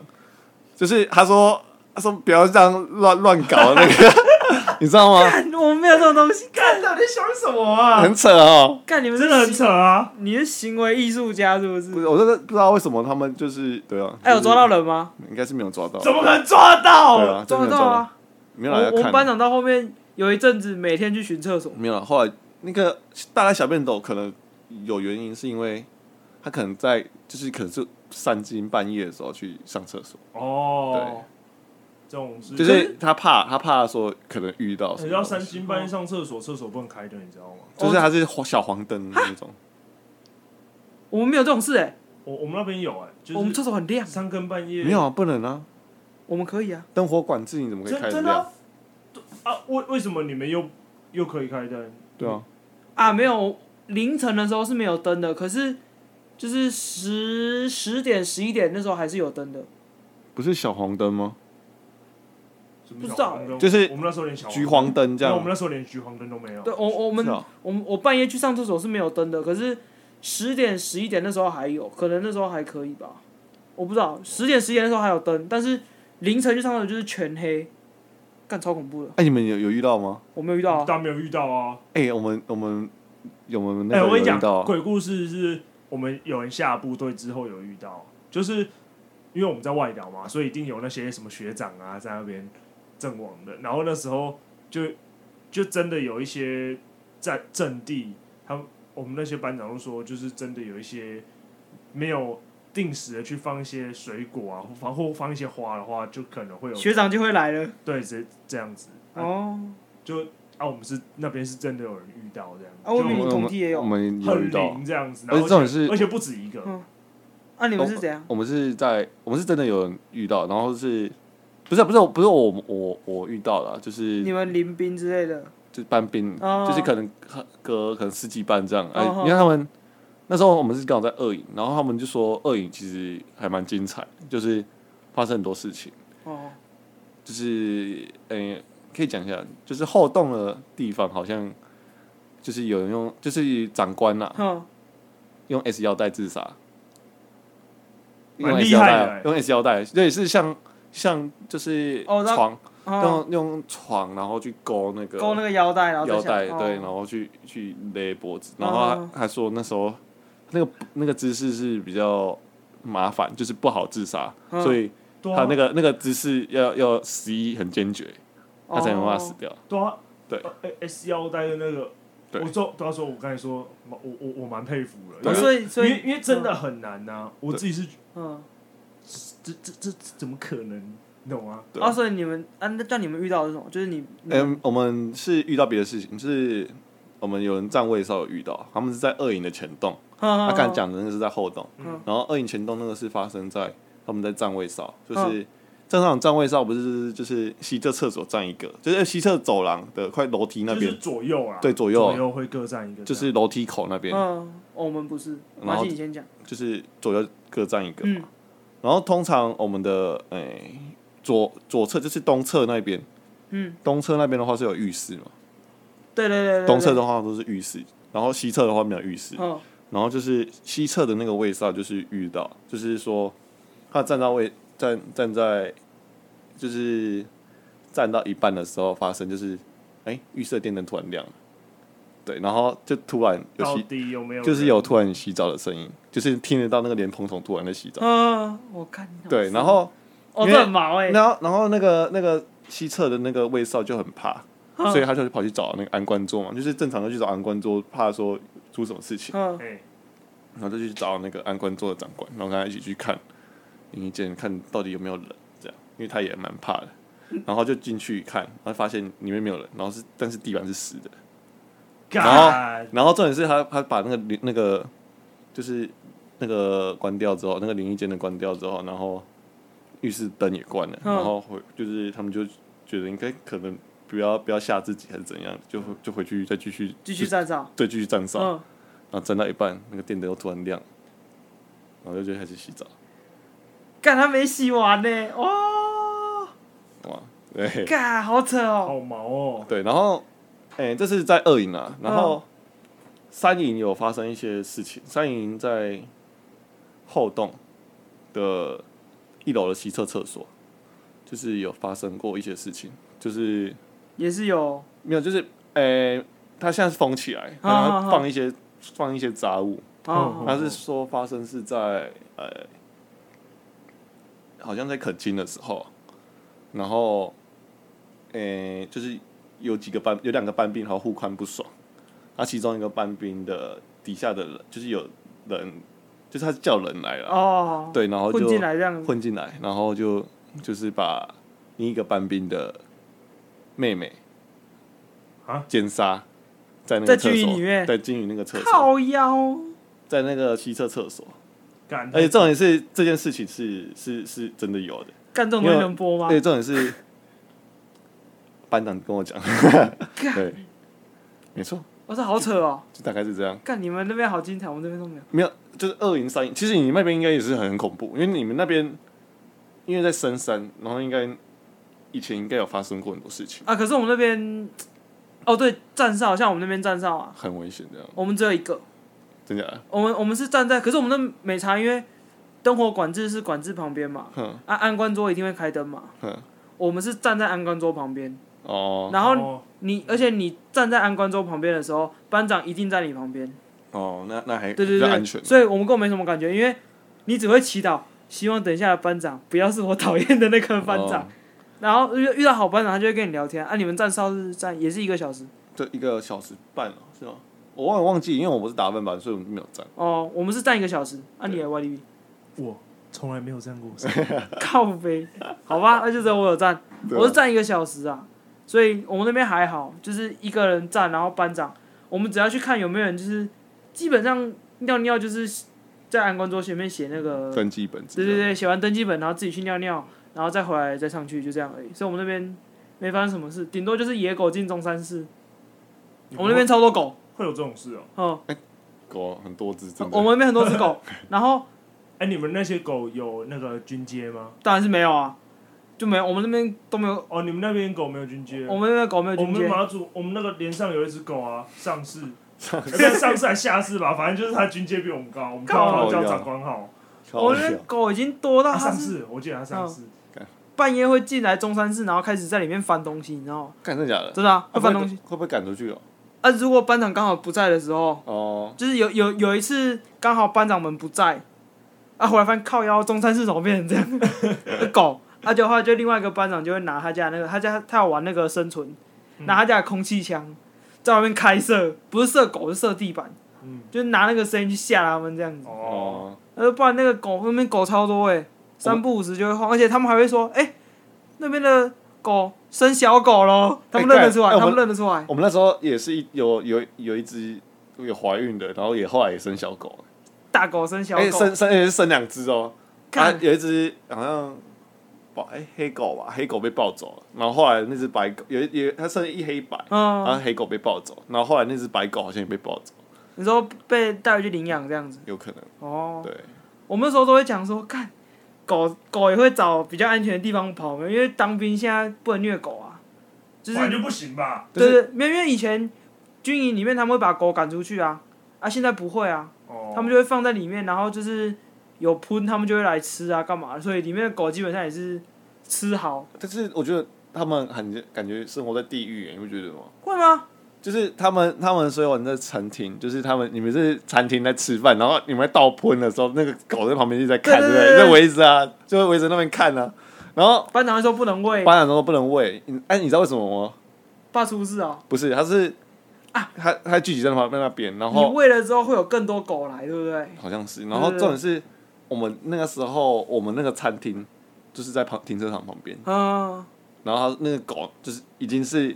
C: 就是他说他说不要这样乱乱搞那个，你知道吗？
A: 干，我没有这种东西，干
B: 干到底在想什么啊？
C: 很扯哦。
A: 干你们
B: 真的很
A: 是
B: 扯啊！
A: 你是行为艺术家是不
C: 不
A: 是？
C: 是，我真的不知道为什么他们就是对啊。
A: 哎，有抓到
C: 了？
A: 人吗？
C: 应该是没有抓到。
B: 怎么可能抓到？
C: 对啊，真
A: 抓得
C: 的没有
A: 到
C: 抓
A: 啊！
C: 没有
A: 我
C: 来
A: 我
C: 看
A: 们班长到后面有一阵子每天去巡厕所，
C: 没有了。后来那个大家小便斗可能有原因，是因为他可能在就是可能是三更半夜的时候去上厕所，
B: 哦，这种事
C: 就
A: 可
C: 是
A: 是
C: 他怕他怕说可能遇到什
B: 嗯你
C: 么
B: 知道
C: 东西，
B: 三更半夜上厕所，厕所不能开灯，你知道吗？
C: 就是他是黄小黄灯那种，
A: 我们没有这种事哎，
B: 我我们那边有哎，就
A: 我们
B: 是
A: 厕所很亮，
B: 三更半 <laughs> 夜
C: 没有啊，不能啊，
A: 我们可以啊。
C: 灯火管制你怎么可以
B: 真
C: 开
B: 真
C: 灯
B: 的？啊啊？为为什么你们又又可以开灯？
C: 对
B: 嗯
C: 啊，
A: 啊，没有，凌晨的时候是没有灯的，可是就是十十点十一点那时候还是有灯的。
C: 不是小黄灯吗？
B: 什么
A: 不
B: 小
A: 知道
B: 黄灯
C: 就是
B: 我们那时候连小
C: 橘黄灯这
B: 没有
C: 样
B: 我们，那时候连橘黄灯都没有。
A: 对，我我们、
C: 是啊
A: 我们我半夜去上厕所是没有灯的，可是十点十一点那时候还有，可能那时候还可以吧，我不知道。十点十一点那时候还有灯，但是凌晨去上厕所就是全黑，干超恐怖的，
C: 哎，你们有有遇到吗？
A: 我没有遇到
C: 嗯
A: 啊。
B: 但没有遇到啊。
C: 哎，我们我们有我们
B: 哎、
C: 那个
B: 我跟你
C: 有
B: 讲
C: 遇到，啊，
B: 鬼故事是我们有人下部队之后有遇到，就是因为我们在外岛嘛，所以一定有那些什么学长啊在那边阵亡的。然后那时候就就真的有一些在阵地，他们我们那些班长都说，就是真的有一些没有定时的去放一些水果啊，或放或放一些花的话，就可能会有
A: 学长就会来了
B: 对这这样子。
C: 嗯
B: 啊、
A: 哦，
B: 就啊，我们是那边是真的有人遇到这样。
A: 啊我以
B: 就
A: 为你
C: 我们
A: 同梯也有
C: 我们有
B: 很
C: 遇到啊
B: 灵，这样子，
C: 而
B: 然
C: 且
B: 后
C: 重点是
B: 而且不止一个，
A: 嗯啊你们
C: 哦
A: 是怎样？
C: 我们是在我们是真的有人遇到，然后是不是啊不是我不是我我我遇到了，就是
A: 你们临兵之类的，
C: 就是搬兵，
A: 哦
C: 就是可能隔可能十几班这样。哎、
A: 哦哦
C: 因为他们那时候我们是刚好在二营，然后他们就说二营其实还蛮精彩，就是发生很多事情，
A: 哦，
C: 就是哎、可以讲一下，就是后洞的地方好像就是有人用，就是长官啊呐、
A: 哼，哦
C: 用 S 腰带自杀，用
B: 蛮
C: S
B: 厉
C: 腰
B: 害
C: 带
B: 的
C: 啊
B: 欸，
C: 用 S 腰带，对，是像像就是
A: 哦那
C: 床，
A: 哦，
C: 用用床，然后去勾那个
A: 勾那个腰带，然后再
C: 腰
A: 下
C: 带，
A: 哦
C: 对，然后去去勒脖子，然后
A: 哦
C: 他还说那时候那个那个姿势是比较麻烦，就是不好自杀，
A: 嗯
C: 所以
B: 对啊
C: 他那个那个姿势要要十一很坚决，他才能
A: 哦
C: 办法死掉。
B: 对啊，
C: 对
B: 呃，S 腰带的那个，
C: 对
B: 我说对他啊说，我刚才说，我我我蛮佩服
C: 对
A: 哦
B: 的，
A: 所以
B: 因
A: 所
B: 为
A: 以
B: 因为真的很难呐，我
C: 对
B: 自己是
A: 嗯，
B: 这这这这怎么可能，你懂吗？
C: 对
A: 啊，所以你们啊，那叫你们遇到的是什么？就是你，你
C: 嗯，我们是遇到别的事情，就是我们有人站位的时候有遇到，他们是在二营的前洞，
A: 哼
C: 他刚才，讲的那个是在后洞，
A: 哼
C: 然后二营前洞那个是发生在他们在站位哨，就是
A: 嗯
C: 正常站位哨不是就是西侧厕所站一个，就是西侧走廊的快楼梯那
B: 就
C: 边
B: 是，左右啊，
C: 对左右
B: 左右会各站一个，
C: 就是楼梯口那边，
A: 嗯，我们不是，
C: 然
A: 马
C: 后
A: 西你先讲，
C: 就是左右各站一个嘛。
A: 嗯
C: 然后通常我们的诶、左左侧就是东侧那边，
A: 嗯，
C: 东侧那边的话是有浴室嘛，
A: 对对对对，
C: 东侧
A: 对
C: 的话都是浴室，然后西侧的话没有浴室。
A: 嗯
C: 然后就是西侧的那个位置啊，就是遇到，就是说他站到位站站在就是站到一半的时候发生，就是哎、浴室的电灯突然亮了，对，然后就突然有
B: 到
C: 洗，
B: 底有没有人，
C: 就是有突然洗澡的声音，就是听得到那个莲蓬头突然在洗澡，
A: 嗯，我看到
C: 对，然后
A: 哦，
C: 因为
A: 这很毛哎，
C: 然后然后那个那个西侧的那个卫少就很怕，
A: 嗯
C: 所以他就跑去找那个安官桌嘛，就是正常的去找安官桌，怕说出什么事情。
A: 嗯
B: 哎，
C: 然后就去找那个安官做的长官，然后跟他一起去看林一健，看到底有没有人，这样，因为他也蛮怕的。然后就进去看，然后发现里面没有人，然后是但是地板是湿的，然
B: 干
C: 后，然后重点是他他把那个林那个就是那个关掉之后，那个淋浴间的关掉之后，然后浴室灯也关了，
A: 嗯
C: 然后回就是他们就觉得应该可能不要不要吓自己还是怎样，就回就回去再继续
A: 继续站上，
C: 对继续站哨，
A: 嗯，
C: 然后站到一半，那个电灯又突然亮，然后就就开始洗澡，
A: 干他没洗完呢，哇，
C: 哇，对 <laughs>
A: 干好扯哦，
B: 好毛哦，
C: 对，然后，哎、这是在二营啊，然后三营有发生一些事情，三营在后洞的一楼的西侧厕所，就是有发生过一些事情，就是
A: 也是有
C: 没有，就是诶、他现在是封起来，
A: 好
C: 然
A: 好
C: 后放一些放一些杂物。
A: 啊
B: 嗯
C: 他是说发生是在呃，好像在垦丁的时候，然后，诶、就是有几个班有两个班兵，然后互看不爽，他其中一个班兵的底下的人就是有人，就是他叫人来了，
A: 哦，
C: 对，然后
A: 混
C: 就
A: 进来这样，
C: 混进来，然后就就是把另一个班兵的妹妹
B: 啊
C: 奸杀，在那
A: 在
C: 个厕
A: 军营
C: 所
A: 里面
C: 在军营那个厕所，
A: 靠腰，
C: 在那个西侧厕所。
B: 干，
C: 而且重点是这件事情是是是真的有的，
A: 干这种东西能播吗
C: 而？且重点是班长跟我讲，对，没错，
A: 我说好扯哦，
C: 就大概是这样。
A: 干你们那边好精彩，我们这边都没有。
C: 没有，就是二营三营，其实你们那边应该也是很恐怖，因为你们那边因为在深山，然后应该以前应该有发生过很多事情，
A: 啊，可是我们那边，哦对，站哨，像我们那边站哨啊，
C: 很危险这样，
A: 我们只有一个，
C: 真假的？
A: 我们我们是站在，可是我们那美茶因为灯火管制是管制旁边嘛，
C: 哼
A: 啊，安官桌一定会开灯嘛，
C: 哼，
A: 我们是站在安官桌旁边，
C: 哦
A: 然后
B: 后
A: 你，而且你站在安官桌旁边的时候，班长一定在你旁边，
C: 哦，那那还
A: 对对
C: 比较
A: 对，
C: 安全，
A: 所以我们根本没什么感觉，因为你只会祈祷，希望等一下的班长不要是我讨厌的那个班长。
C: 哦
A: 然后遇遇到好班长，他就会跟你聊天啊。你们站哨是站也是一个小时
C: 对，一个小时半了是吗？我忘了忘记，因为我不是打分班，所以我没有站。
A: 哦，我们是站一个小时啊。你
C: 对
A: 也 YDB
B: 我从来没有站过，
A: 靠背，好吧，那就只有我有站，
C: 对啊
A: 我是站一个小时啊。所以我们那边还好，就是一个人站，然后班长，我们只要去看有没有人，就是基本上尿尿就是在安官桌前面写那个
C: 登基本子
A: 呃对对对，写完登记本，然后自己去尿尿，然后再回来再上去，就这样而已。所以我们那边没发生什么事，顶多就是野狗进中山市， <laughs> 我们那边超多狗，
B: 会有这种事哦。
A: 嗯，
C: 狗啊很多只，真的
A: 我们那边很多只狗，然后
B: 哎，你们那些狗有那个军阶吗？
A: 当然是没有啊，就没有，我们那边都没有，
B: 哦，你们那边狗没有军阶。
A: 我们那边狗哦没有
B: 我
A: 军
B: 们
A: 阶，
B: 马祖，我们那个连上有一只狗啊，上
C: <laughs>
B: 市， <laughs> 上上市还下市吧，反正就是它军阶比我们高，我们
C: 靠
B: 叫它叫长官号。
A: 我
C: 超
A: 们那
C: 小
A: 边狗已经多到
B: 它
A: 它
B: 上
A: 是嗯
B: 市，我记得它上市。
A: 半夜会进来中山市，然后开始在里面翻东西，你知道吗？
C: 干真的假的？
A: 真的啊，
C: 会
A: 会
C: 呃不会
A: 翻东西。
C: 会不会赶出去哦？
A: 啊，如果班长刚好不在的时候，
C: 哦，
A: 就是有有有一次刚好班长们不在，啊，回来翻靠腰中山市怎么变成这样？那狗，啊，就后来就另外一个班长就会拿他家那个他家他要玩那个生存，拿他家的空气枪在外面开射，不是射狗是射地板，
B: 嗯
A: 就是拿那个声音去吓他们这样子。
B: 哦，
C: 哦，
A: 呃，不然那个狗那边狗超多哎、三不五时就会晃，而且他们还会说，哎、那边的狗生小狗咯，他们
C: 哎
A: 认得出来，
C: 对
A: 他
C: 哎
A: 们
C: 我们
A: 认得出来。
C: 我们那时候也是一有有有一只有怀孕的，然后也后来也生小狗，
A: 大狗生小
C: 哎，
A: 狗，
C: 生生也是生两只哦，啊
A: 看，
C: 有一只好像宝哎黑狗吧，黑狗被抱走了，然后后来那只白狗有一有它生一黑白，然后
A: 嗯，
C: 黑狗被抱走，然后后来那只白狗好像也被抱走，
A: 你说被带回去领养这样子，
C: 有可能
A: 哦，
C: 对，
A: 我们那时候都会讲说，看狗狗也会找比较安全的地方跑，因为当兵现在不能虐狗啊，就是
B: 反正就不行吧？
A: 对对，没有因为以前军营里面他们会把狗赶出去啊，啊现在不会啊，
B: 哦，
A: 他们就会放在里面，然后就是有喷他们就会来吃啊干嘛的，所以里面的狗基本上也是吃好，
C: 但是我觉得他们很感觉生活在地狱，你不觉得吗？
A: 会吗？
C: 就是他们，他们所有人在餐厅，就是他们，你们是餐厅在吃饭，然后你们在倒喷的时候，那个狗在旁边一直在看，
A: 对
C: 对不
A: 对
C: 对？
A: 对
C: 在围着啊，就会围着那边看啊。然后
A: 班长会说不能喂，
C: 班长说不能喂，你哎，你知道为什么吗？
A: 怕出事啊，
C: 不是，他是
A: 啊，
C: 他他聚集在旁边那边，然
A: 你
C: 后
A: 喂了之后会有更多狗来，对不对？
C: 好像是，然后
A: 对对对
C: 重点是我们那个时候，我们那个餐厅就是在旁停车场旁边，
A: 嗯，
C: 然后他那个狗就是已经是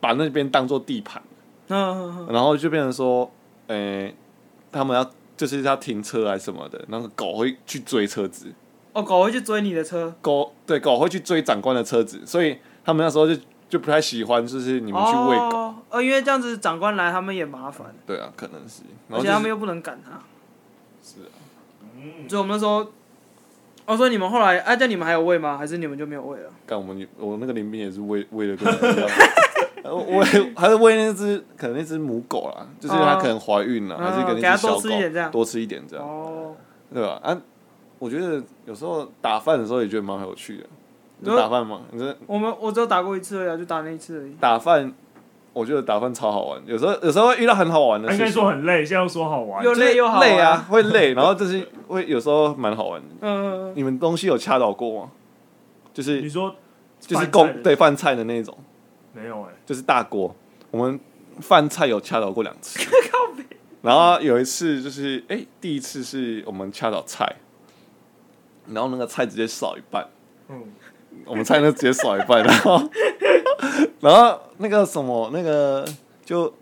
C: 把那边当做地盘。
A: 嗯嗯，嗯
C: 然后就变成说，诶、他们要就是要停车啊什么的，那个狗会去追车子，
A: 哦，狗会去追你的车，
C: 狗对狗会去追长官的车子，所以他们那时候就就不太喜欢，就是你
A: 你
C: 们去喂狗，
A: 狗，呃，因为这样子长官来他们也麻烦。
C: 对啊，可能是，然
A: 而
C: 后、
A: 且
C: 就是、
A: 他们又不能赶他，
C: 是啊
B: 嗯
A: 所以我们那时候，哦，所以你们后来，哎、啊，这样你们还有喂吗？还是你们就没有喂了？
C: 干我们我那个林兵也是喂喂的跟我们一样。 <laughs> 我还是喂那只，可能那只母狗啦，就是它可能怀孕了，
A: 哦
C: 还是跟
A: 给它
C: 那只
A: 多
C: 小
A: 吃
C: 狗
A: 一点这样
C: 多吃一点这样，啊
A: 哦，
C: 对吧？啊，我觉得有时候打饭的时候也觉得蛮有趣的，你打饭吗？你这
A: 我们我只有打过一次而已啊，就打那一次而已。
C: 打饭，我觉得打饭超好玩，有时候有时候会遇到很好玩的
B: 啊应
C: 事
B: 该
C: 情
B: 说。很累，现在又说好玩，
A: 又累又好玩
C: 累啊，会累，然后就是会有时候蛮好玩的。
A: 嗯、
C: 你们东西有掐倒过吗？就是
B: 你说
C: 就是
B: 饭菜
C: 供
B: 的
C: 对饭菜的那种，
B: 没有哎、
C: 就是大锅。我们饭菜有掐倒过两
A: <laughs>
C: 次，然后有一次就是哎、第一次是我们掐倒菜，然后那个菜直接少一半，
B: 嗯，
C: 我们菜呢直接少一半，然后然后那个什么那个就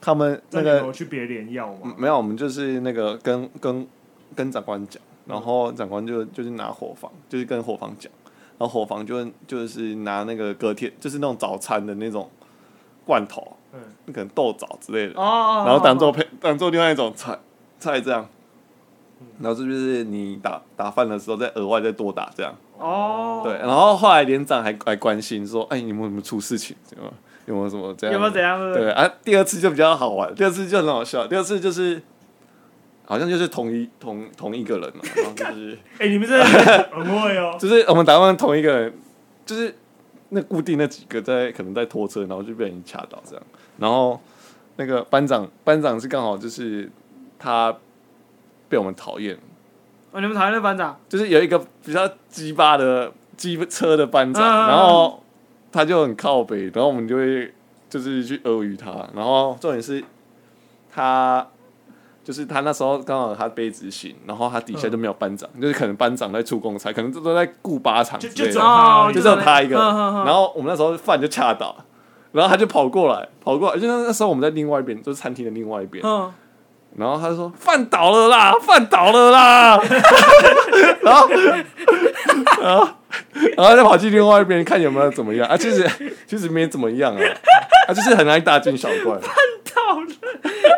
C: 他们
B: 那
C: 那
B: 你
C: 个
B: 有去别连药
C: 嗯
B: 吗？
C: 没有，我们就是那个跟跟跟长官讲，然后长官就就是拿伙房，就是跟伙房讲，然后伙房就就是拿那个隔天就是那种早餐的那种罐头，
B: 嗯，
C: 可能豆枣之类的，
A: 哦哦，
C: 然后当做
A: 哦
C: 配当做另外一种菜菜这样，然后这就是你打打饭的时候再额外再多打这样，
A: 哦，
C: 对，然后后来连长还还关心说，哎，你们有没有出事情？有没有有没有什么这样？
A: 有没有怎样？
C: 对啊，第二次就比较好玩，第二次就很好笑，第二次就是好像就是同一同同一个
A: <laughs>
C: 人嘛，然后就是、
B: 哎、你们真的很会哦
C: 就是我们打扮同一个人，就是那固定那几个在可能在拖车，然后就被人掐到这样，然后那个班长班长是刚好就是他被我们讨厌，
A: 哦，你们讨厌那班长？
C: 就是有一个比较鸡巴的鸡车的班长，
A: 嗯
C: 然后他就很靠北，然后我们就会就是去俄语他，然后重点是他就是他那时候刚好他背执行，然后他底下就没有班
A: 嗯
C: 长，就是可能班长在出公差，可能都在顾靶场之
B: 就
C: 类
B: 就只有
C: 的，
B: 他而
A: 哦，
B: 已
C: 啊就只有他一个，
A: 嗯嗯嗯
C: 然后我们那时候饭就恰到，然后他就跑过来，跑过来，就那那时候我们在另外一边，就是餐厅的另外一边，
A: 嗯，
C: 然后他就说饭倒了啦，饭倒了啦， <laughs> 然后， <laughs> 然后，然后再跑去另外一边看有没有怎么样啊？其实其实没怎么样啊，啊，就是很爱大惊小怪
A: 到了。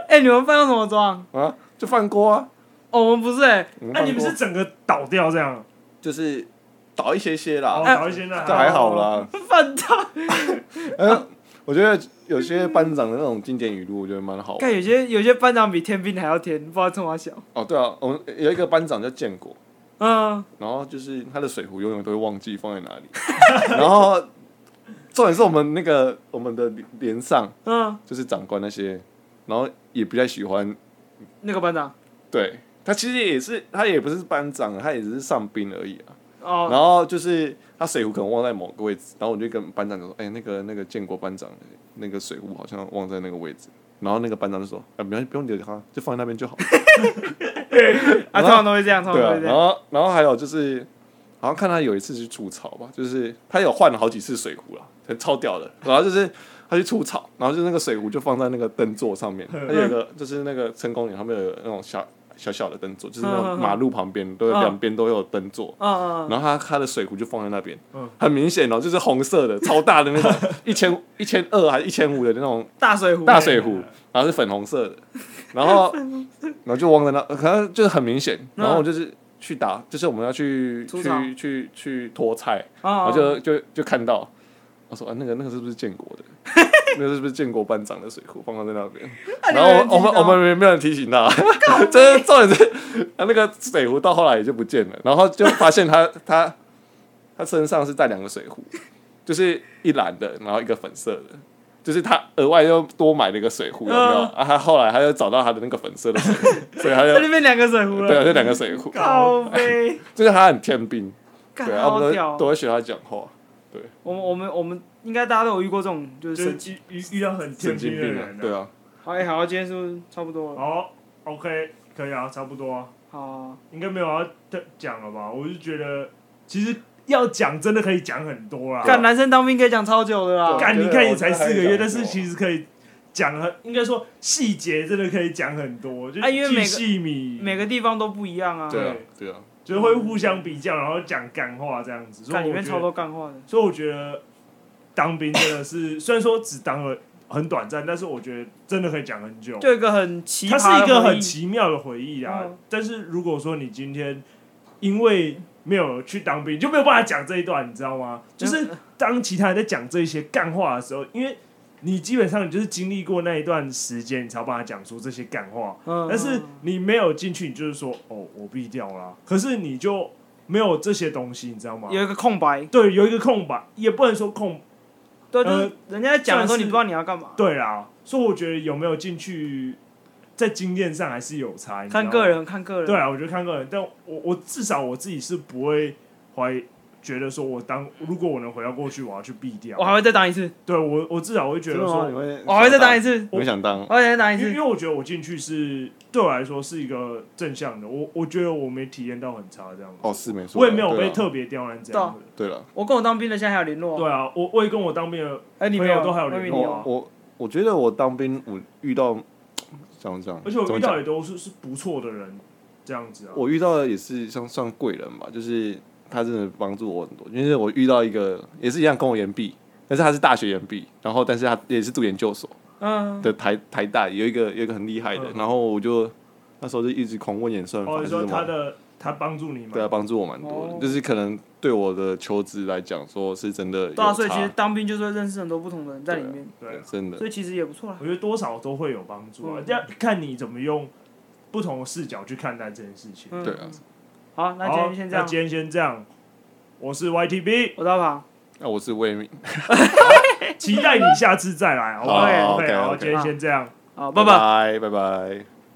A: 哎，你们饭用什么装？
C: 啊，就饭锅啊，
A: 哦，我们不是哎，
C: 我们
B: 哎、
C: 饭
B: 你们
C: 锅
B: 是整个倒掉这样？
C: 就是倒一些些
A: 啊
B: 哦，
C: 啦，
B: 倒一些那
C: 这还好啦。
A: <laughs> 饭到。
C: 嗯，我觉得有些班长的那种经典语录，我觉得蛮好玩
A: 看有些有些班长比天兵还要甜，不知道冲哪小。
C: 哦。对啊，我们有一个班长叫建国，
A: 嗯，
C: 然后就是他的水壶永远都会忘记放在哪里， <laughs> 然后重点是我们那个我们的连连上
A: 嗯，
C: 就是长官那些，然后也不太喜欢，
A: 那个班长
C: 对他其实也是他也不是班长，他也只是上兵而已啊。
A: 哦，
C: 然后就是他水壶可能忘在某个位置，然后我就跟班长说：“哎、那个那个建国班长那个水壶好像忘在那个位置。”然后那个班长就说：“啊，没关系，不用理他，就放在那边就好。”
A: 啊，通
C: 然后
A: 常都会这样，通
C: 对
A: 常都
C: 啊，
A: 会这样。
C: 然后然后还有就是，好像看他有一次去吐槽吧，就是他有换了好几次水壶了，很超屌的。然后就是他去吐槽，然后就是那个水壶就放在那个灯座上面，他有一个就是那个成功岭他们有那种小小小的灯座，就是那种马路旁边都有
A: 嗯
C: 两边都有灯座。
A: 嗯嗯
C: 然后他他的水壶就放在那边
B: 嗯，
C: 很明显哦，就是红色的，超大的那种， <laughs> 一千一千二还是一千五的那种
A: 嗯，大水壶，
C: 大水壶，然后是粉红色的，
A: <laughs>
C: 然后然后就忘在那，呃可能就是很明显。
A: 嗯
C: 然后我就是去打，就是我们要去
A: 出场
C: 去去去拖菜，然
A: 啊，
C: 后就就就看到，我说啊那个那个是不是建国的？ <laughs> 那个是不是建国班长的水壶放在那边？
A: <laughs> 啊
C: 然后
A: 你
C: 我我们我们
A: 有人
C: 没没有人提醒他，这是 <laughs> 重点是，他那个水壶到后来也就不见了，然后就发现他 <laughs> 他他身上是带两个水壶，就是一蓝的，然后一个粉色的，就是他额外又多买了一个水壶，有没有？
A: 嗯
C: 啊，他后来他又找到他的那个粉色的
A: <laughs>
C: 水壶，所以他
A: 知道，在那
C: 就
A: 边两个水壶
C: 对啊，
A: 了，
C: 就两个水
A: <laughs>
C: 壶，
A: 靠背，
C: 就是他很天兵，
A: 嗯干
C: <laughs> 对啊，我
A: 好
C: 们
A: 屌
C: 都
A: 哦。
C: 都会学他讲话，
A: 我们我们我们应该大家都有遇过这种，就是
B: 就是
A: 神奇。
B: 遇遇遇到很
C: 神
B: 天
C: 经
B: 兵的
C: 病啊
B: 人、，
C: 对。啊，
A: 好，哎，好，今天是不是差不多了？
B: 好，OK，可以啊，差不多啊，
A: 好，
B: 应该没有要讲了吧？我就觉得其实要讲真的可以讲很多啦。
A: 干男生当兵可以讲超久的啊啦
C: 对。
B: 干，
C: 对
B: 你看
C: 我
B: 也才
C: 觉得还
B: 四个
C: 讲
B: 月，
C: 很
B: 但是
C: 多
B: 其实可以讲很，应该说细节真的可以讲很多，就
A: 啊因为每
B: 巨
A: 个
B: 细靡，
A: 每个地方都不一样啊，
C: 对啊
B: 嗯对，
C: 对啊，
B: 就是会互相比较，然后讲干话这样子。所
A: 干
B: 以
A: 里
B: 我
A: 面
B: 觉
A: 超
B: 得，
A: 多干话的。
B: 所以我觉得当兵真的是，虽然说只当了很短暂，但是我觉得真的可以讲很久。
A: 就有一个很奇
B: 它
A: 葩的
B: 是一个
A: 回忆
B: 很奇妙的回忆啊
A: 嗯。
B: 但是如果说你今天因为没有去当兵，就没有办法讲这一段，你知道吗？就是
A: 嗯
B: 当其他人在讲这些干话的时候，因为你基本上你就是经历过那一段时间，你才有办法讲出这些干话。
A: 嗯，
B: 但是你没有进去，你就是说哦，我毙掉啦。可是你就没有这些东西，你知道吗？
A: 有一个空白，
B: 对，有一个空白，也不能说空。
A: 对，就
B: 呃
A: 是人家在讲的时候，
B: 算是
A: 你不知道你要干嘛，
B: 对啦，所以我觉得有没有进去，在经验上还是有差。你知道
A: 看
B: 吗
A: 个。人，看个人。
B: 对啊，我觉得看个人，但我我至少我自己是不会怀疑，觉得说我当如果我能回到过去，我要去避掉
A: 我。还会再当一次，
B: 对我我至少
C: 啊
B: 会觉得说，
C: 会
A: 哦我还会再当一次，
C: 我想当
A: 我还会再当一
B: 因为因
A: 次。
B: 为我觉得我进去是对我来说是一个正向的，我我觉得我没体验到很差这样子，
C: 哦，是没错，
B: 我也没有被
C: 对啦
B: 特别刁难这样子。
C: 对了，
A: 我跟我当兵的现在还有联络，
B: 对啊，我我也跟我当兵的，
A: 哎，你没
B: 朋
A: 有，
B: 友都还有
A: 我以为
B: 联
A: 你哦
B: 络
A: 有
B: 啊
C: 我哦我我觉得我当兵我遇到怎么讲，
B: 而且我
C: 怎么
B: 遇
C: 讲
B: 到也都是是不错的人这样子啊。
C: 我遇到的也是像算贵人吧，就是他真的帮助我很多。因为我遇到一个也是一样跟我研毕，但是他是大学研毕，然后但是他也是读研究所
A: 嗯，
C: 的台台大有一个有一个很厉害的，
B: 嗯
C: 然后我就那时候就一直狂问演算法
B: 哦，
C: 是
B: 你
C: 什
B: 说他
C: 么，
B: 的他帮助你吗？
C: 对啊，帮助我蛮多的，
A: 哦
C: 就是可能对我的求职来讲，说是真的有
A: 对啊，所以其实
C: 差，
A: 当兵就是会认识很多不同的人在里面，
B: 对啊，
C: 真的
A: 所以其实也不错啦。
B: 我觉得多少都会有帮助啊
A: 嗯，
B: 要看你怎么用不同的视角去看待这件事情。
A: 嗯
C: 对啊。
A: 好，那今
B: 好
A: 天先这样
B: 那。今天先这样。我是 YTB，
A: 我到跑，
C: 那我是魏明，
B: 期待你下次再来，好不好
A: 好
B: ？OK，
C: OK，OK
B: 好，今天先这样。
A: 好，拜
C: 拜
A: 拜。
C: 拜拜拜。